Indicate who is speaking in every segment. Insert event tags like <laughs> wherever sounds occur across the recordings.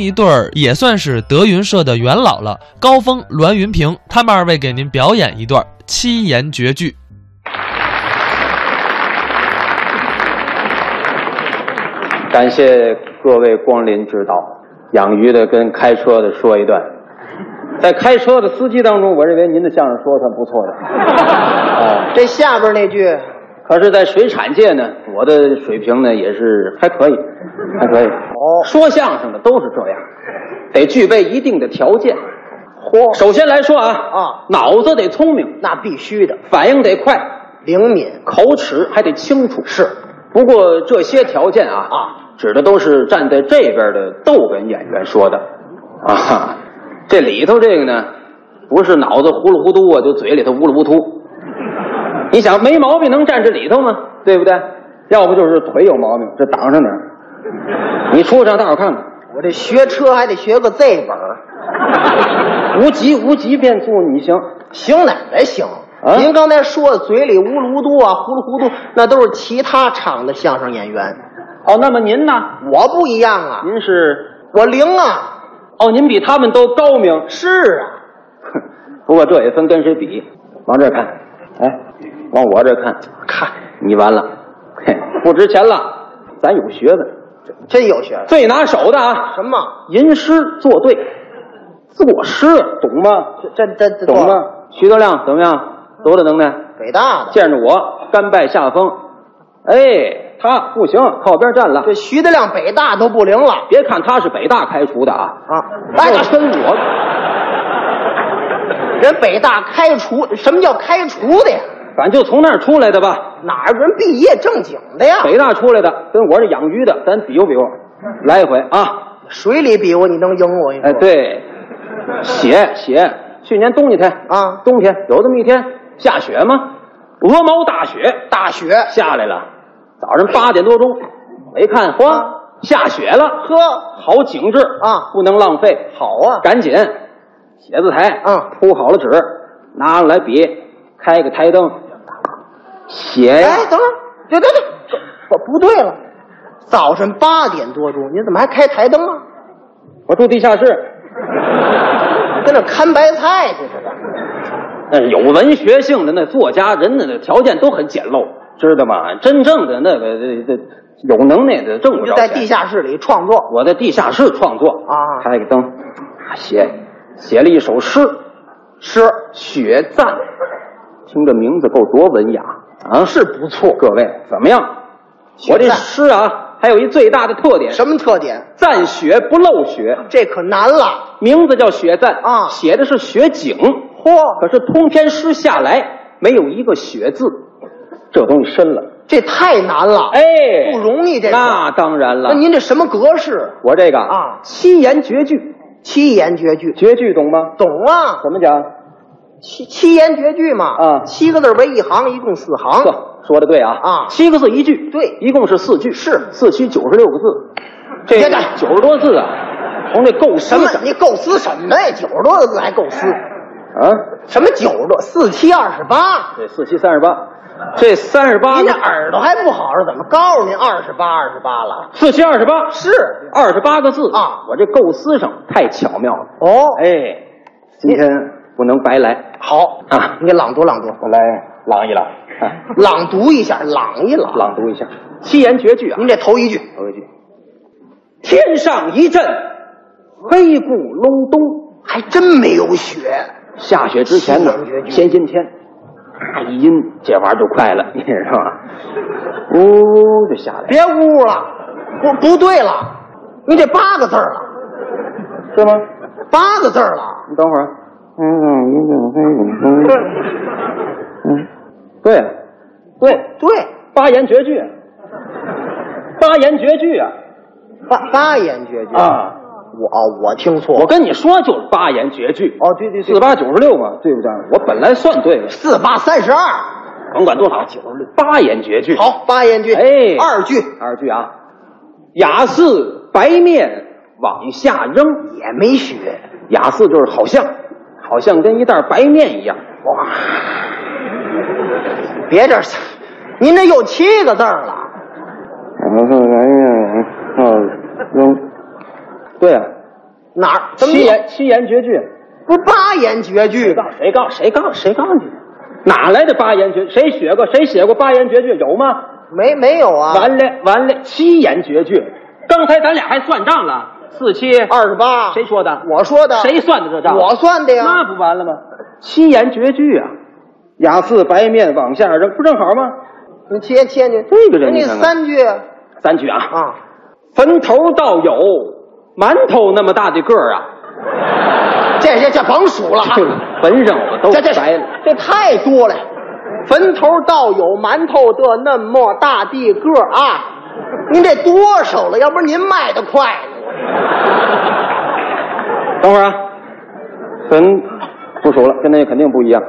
Speaker 1: 一对儿也算是德云社的元老了，高峰、栾云平，他们二位给您表演一段七言绝句。
Speaker 2: 感谢各位光临指导。养鱼的跟开车的说一段，在开车的司机当中，我认为您的相声说得算不错的。
Speaker 3: <laughs>
Speaker 2: 啊，
Speaker 3: 这下边那句，
Speaker 2: 可是，在水产界呢，我的水平呢也是还可以，还可以。
Speaker 3: 哦
Speaker 2: 说相声的都是这样，得具备一定的条件。
Speaker 3: 嚯，
Speaker 2: 首先来说啊，
Speaker 3: 哦啊
Speaker 2: 脑子得聪明，
Speaker 3: 那必须的，
Speaker 2: 反应得快，
Speaker 3: 灵敏，
Speaker 2: 口齿还得清楚。是，不过这些条件啊
Speaker 3: 啊，
Speaker 2: 指的都是站在这边的逗哏演员说的啊。这里头这个呢，不是脑子呼噜呼嘟啊，就嘴里头乌噜乌突。你想没毛病能站这里头吗？对不对？要不就是腿有毛病，这挡上点儿。你出去让大伙看看，
Speaker 3: 我这学车还得学个 Z 本儿，
Speaker 2: 无极无极变速你行。哦
Speaker 3: 行哪个行？
Speaker 2: 啊
Speaker 3: 您刚才说的嘴里乌噜乌嘟啊，呼噜呼嘟，那都是其他厂的相声演员，
Speaker 2: 哦，那么您呢？
Speaker 3: 我不一样啊，
Speaker 2: 您是
Speaker 3: 我灵啊，
Speaker 2: 哦，您比他们都高明。
Speaker 3: 是啊，
Speaker 2: 哼，不过这也分跟谁比，往这儿看，哎，往我这儿看，
Speaker 3: 看
Speaker 2: 你完了，嘿，不值钱了。咱有学问，
Speaker 3: 真有学问，
Speaker 2: 最拿手的啊，
Speaker 3: 什么？
Speaker 2: 吟诗作对，作诗懂吗？
Speaker 3: 这这这这
Speaker 2: 懂？吗？徐德亮怎么样？多大能耐？
Speaker 3: 北大的，
Speaker 2: 见着我甘拜下风。哎，他不行，靠边站了
Speaker 3: 这。徐德亮北大都不灵了
Speaker 2: 别看他是北大开除的啊，
Speaker 3: 啊！哎，
Speaker 2: 哎，
Speaker 3: 那
Speaker 2: 他跟我。
Speaker 3: 人北大开除，什么叫开除的呀？
Speaker 2: 反正就从那儿出来的吧，
Speaker 3: 哪儿有人毕业正经的呀？
Speaker 2: 北大出来的，跟我这养鱼的，咱比划比划，来一回啊！
Speaker 3: 水里比划你能赢我？你说
Speaker 2: 哎，对，雪雪，去年冬季天
Speaker 3: 啊
Speaker 2: 冬天有这么一天下雪吗？鹅毛大雪，
Speaker 3: 大雪，
Speaker 2: 下来了，早上八点多钟，我一看，嚯，下雪了，
Speaker 3: 呵，
Speaker 2: 好景致
Speaker 3: 啊
Speaker 2: 不能浪费，
Speaker 3: 好啊，
Speaker 2: 赶紧，写字台
Speaker 3: 嗯
Speaker 2: 铺好了纸，拿来笔，开个台灯，写呀
Speaker 3: 哎，等会儿，对对对，不不对了，早上八点多钟，你怎么还开台灯啊？
Speaker 2: 我住地下室，
Speaker 3: 跟那看白菜去似的。
Speaker 2: 那嗯有文学性的那作家，人家的条件都很简陋，知道吗？真正的那个这这有能耐的挣不
Speaker 3: 你
Speaker 2: 着钱。
Speaker 3: 就在地，下室里创作，
Speaker 2: 我在地下室创作
Speaker 3: 啊
Speaker 2: 开个灯，啊写写了一首诗，诗《雪赞》，听这名字够多文雅啊！是不错，各位怎么样？
Speaker 3: 雪
Speaker 2: 我这
Speaker 3: 赞
Speaker 2: 诗啊，还有一最大的特点，
Speaker 3: 什么特点？
Speaker 2: 赞雪不漏雪，
Speaker 3: 这可难了。
Speaker 2: 名字叫《雪赞》
Speaker 3: 啊
Speaker 2: 写的是雪景。
Speaker 3: 嚯，
Speaker 2: 可是通篇诗下来没有一个“雪”字，这东西深了。
Speaker 3: 这太难了。，
Speaker 2: 哎
Speaker 3: 不容易这个
Speaker 2: 那当然了
Speaker 3: 那。您这什么格式？
Speaker 2: 我这个
Speaker 3: 啊
Speaker 2: 七言绝句，
Speaker 3: 七言绝句，
Speaker 2: 绝句懂吗？
Speaker 3: 懂啊？
Speaker 2: 怎么讲？
Speaker 3: 七七言绝句嘛，
Speaker 2: 啊
Speaker 3: 七个字为一行，一共四行。
Speaker 2: 呵，说的对啊
Speaker 3: 啊
Speaker 2: 七个字一句，
Speaker 3: 对
Speaker 2: 一共是四句，是四七九十六个字，这
Speaker 3: 别改
Speaker 2: 九十多字啊，从这构思
Speaker 3: 什么
Speaker 2: 上？
Speaker 3: 你构思什么呀？九十多个字还构思？
Speaker 2: 啊，
Speaker 3: 什么九十多？四七二十八？
Speaker 2: 这四七三十八，这三十八
Speaker 3: 您这耳朵还不好是怎么？告诉您二十八，二十八了。
Speaker 2: 四七二十八
Speaker 3: 是
Speaker 2: 二十八个字
Speaker 3: 啊
Speaker 2: 我这构思上太巧妙了，
Speaker 3: 哦，
Speaker 2: 哎，今天不能白来。
Speaker 3: 好
Speaker 2: 啊
Speaker 3: 你给朗读朗读，
Speaker 2: 我来朗一朗，啊、
Speaker 3: 朗读一下，朗一朗。
Speaker 2: 朗读一下七言绝句啊
Speaker 3: 您。这头一句，
Speaker 2: 头一句：天上一阵黑咕隆咚，
Speaker 3: 还真没有学。
Speaker 2: 下雪之前呢
Speaker 3: 七言绝，句
Speaker 2: 先阴天，啊一阴，这玩意儿就快了， <laughs> 你知道吗？呜、就下来，
Speaker 3: 别污了，不不对了，你这八个字儿了，
Speaker 2: 是吗？
Speaker 3: 八个字儿了，
Speaker 2: 你等会儿，啊天上一阵黑咕隆咚，嗯，对，对，
Speaker 3: 对，
Speaker 2: 八言绝句，啊八言绝句啊
Speaker 3: 八八言绝句。
Speaker 2: 啊！
Speaker 3: 我哦我听错
Speaker 2: 我
Speaker 3: 了，
Speaker 2: 跟你说，就是八言绝句。
Speaker 3: 哦对对对
Speaker 2: 四八九十六嘛，对不对？我本来算对了，
Speaker 3: 四八三十二。
Speaker 2: 甭管多少，九十六，八言绝句。，
Speaker 3: 好，八言句，
Speaker 2: 哎
Speaker 3: 二句
Speaker 2: 二句啊，雅似白面往下扔，
Speaker 3: 也没学。
Speaker 2: 雅似就是好像，好像跟一袋白面一样。
Speaker 3: 哇，别这儿，您这又七个字儿了，
Speaker 2: 雅似白面往下扔，对啊，
Speaker 3: 哪儿？怎么
Speaker 2: 七言七言绝句，
Speaker 3: 不是八言绝句？
Speaker 2: 谁告谁告谁告诉你的？哪来的八言绝？谁写过谁写过八言绝句有吗？
Speaker 3: 没没有啊？
Speaker 2: 完了完了，七言绝句。刚才咱俩还算账了，四七
Speaker 3: 二十八，
Speaker 2: 谁说的？
Speaker 3: 我说的，
Speaker 2: 谁算的这账？
Speaker 3: 我算的
Speaker 2: 那
Speaker 3: 呀。
Speaker 2: 不完了吗？七言绝句啊，雅似白面往下扔，不正好吗？
Speaker 3: 你切切去，
Speaker 2: 这个人
Speaker 3: 你
Speaker 2: 你看看
Speaker 3: 三句啊
Speaker 2: 三句啊，
Speaker 3: 啊，
Speaker 2: 坟头倒有馒头那么大的个儿
Speaker 3: <laughs>
Speaker 2: 啊，
Speaker 3: 这这这甭数了啊，
Speaker 2: 这坟上我都
Speaker 3: 这这
Speaker 2: 白了。
Speaker 3: 这太多了。坟头倒有馒头的那么大地个儿啊！您这多少了？要不然您卖的快呢？
Speaker 2: 等会儿啊，坟不熟了，跟那肯定不一样。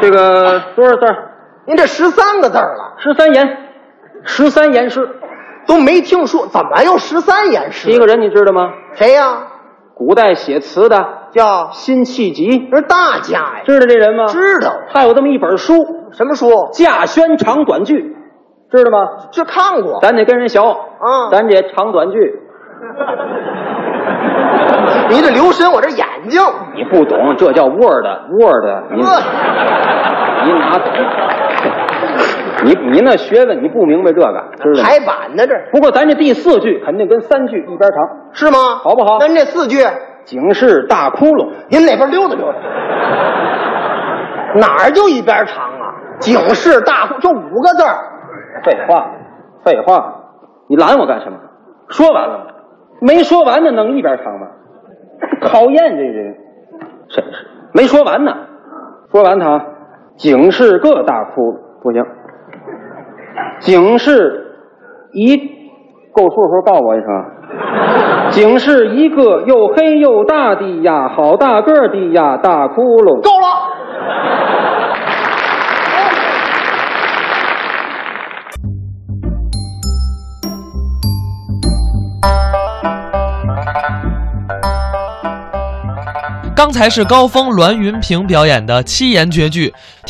Speaker 2: 这个多少字儿？
Speaker 3: 您这十三个字儿了，
Speaker 2: 十三言，十三言诗。
Speaker 3: 都没听说，怎么又十三言诗？
Speaker 2: 一个人你知道吗？
Speaker 3: 谁呀、
Speaker 2: 古代写词的
Speaker 3: 叫
Speaker 2: 辛弃疾，
Speaker 3: 这是大家呀，
Speaker 2: 知道这人吗？
Speaker 3: 知道
Speaker 2: 他有这么一本书《
Speaker 3: 什么书？
Speaker 2: 稼轩长短句》，知道吗？
Speaker 3: 这看过，
Speaker 2: 咱得跟人学
Speaker 3: 啊
Speaker 2: 咱这长短句
Speaker 3: 你得留神我这眼睛。
Speaker 2: 你不懂，这叫 word word，你
Speaker 3: 呵，
Speaker 2: 你哪懂？你你那学问你不明白这个，知道吗？
Speaker 3: 排版呢这
Speaker 2: 不过咱这第四句肯定跟三句一边长，
Speaker 3: 是吗？
Speaker 2: 好不好
Speaker 3: 那您这四句，
Speaker 2: 警示大窟窿，
Speaker 3: 您哪边溜达溜达？哪儿就一边长啊？警示大户，这五个字儿，
Speaker 2: 废话，废话，你拦我干什么？说完了吗？没说完呢，能一边长吗？考验这人，真是没说完呢。说完他，警示各大窟窿不行，警示一够数的时候告我一声啊。警示一个又黑又大的呀，好大个儿的呀，大窟窿。
Speaker 3: 够了。
Speaker 1: 刚才是高峰、栾云平表演的七言绝句。听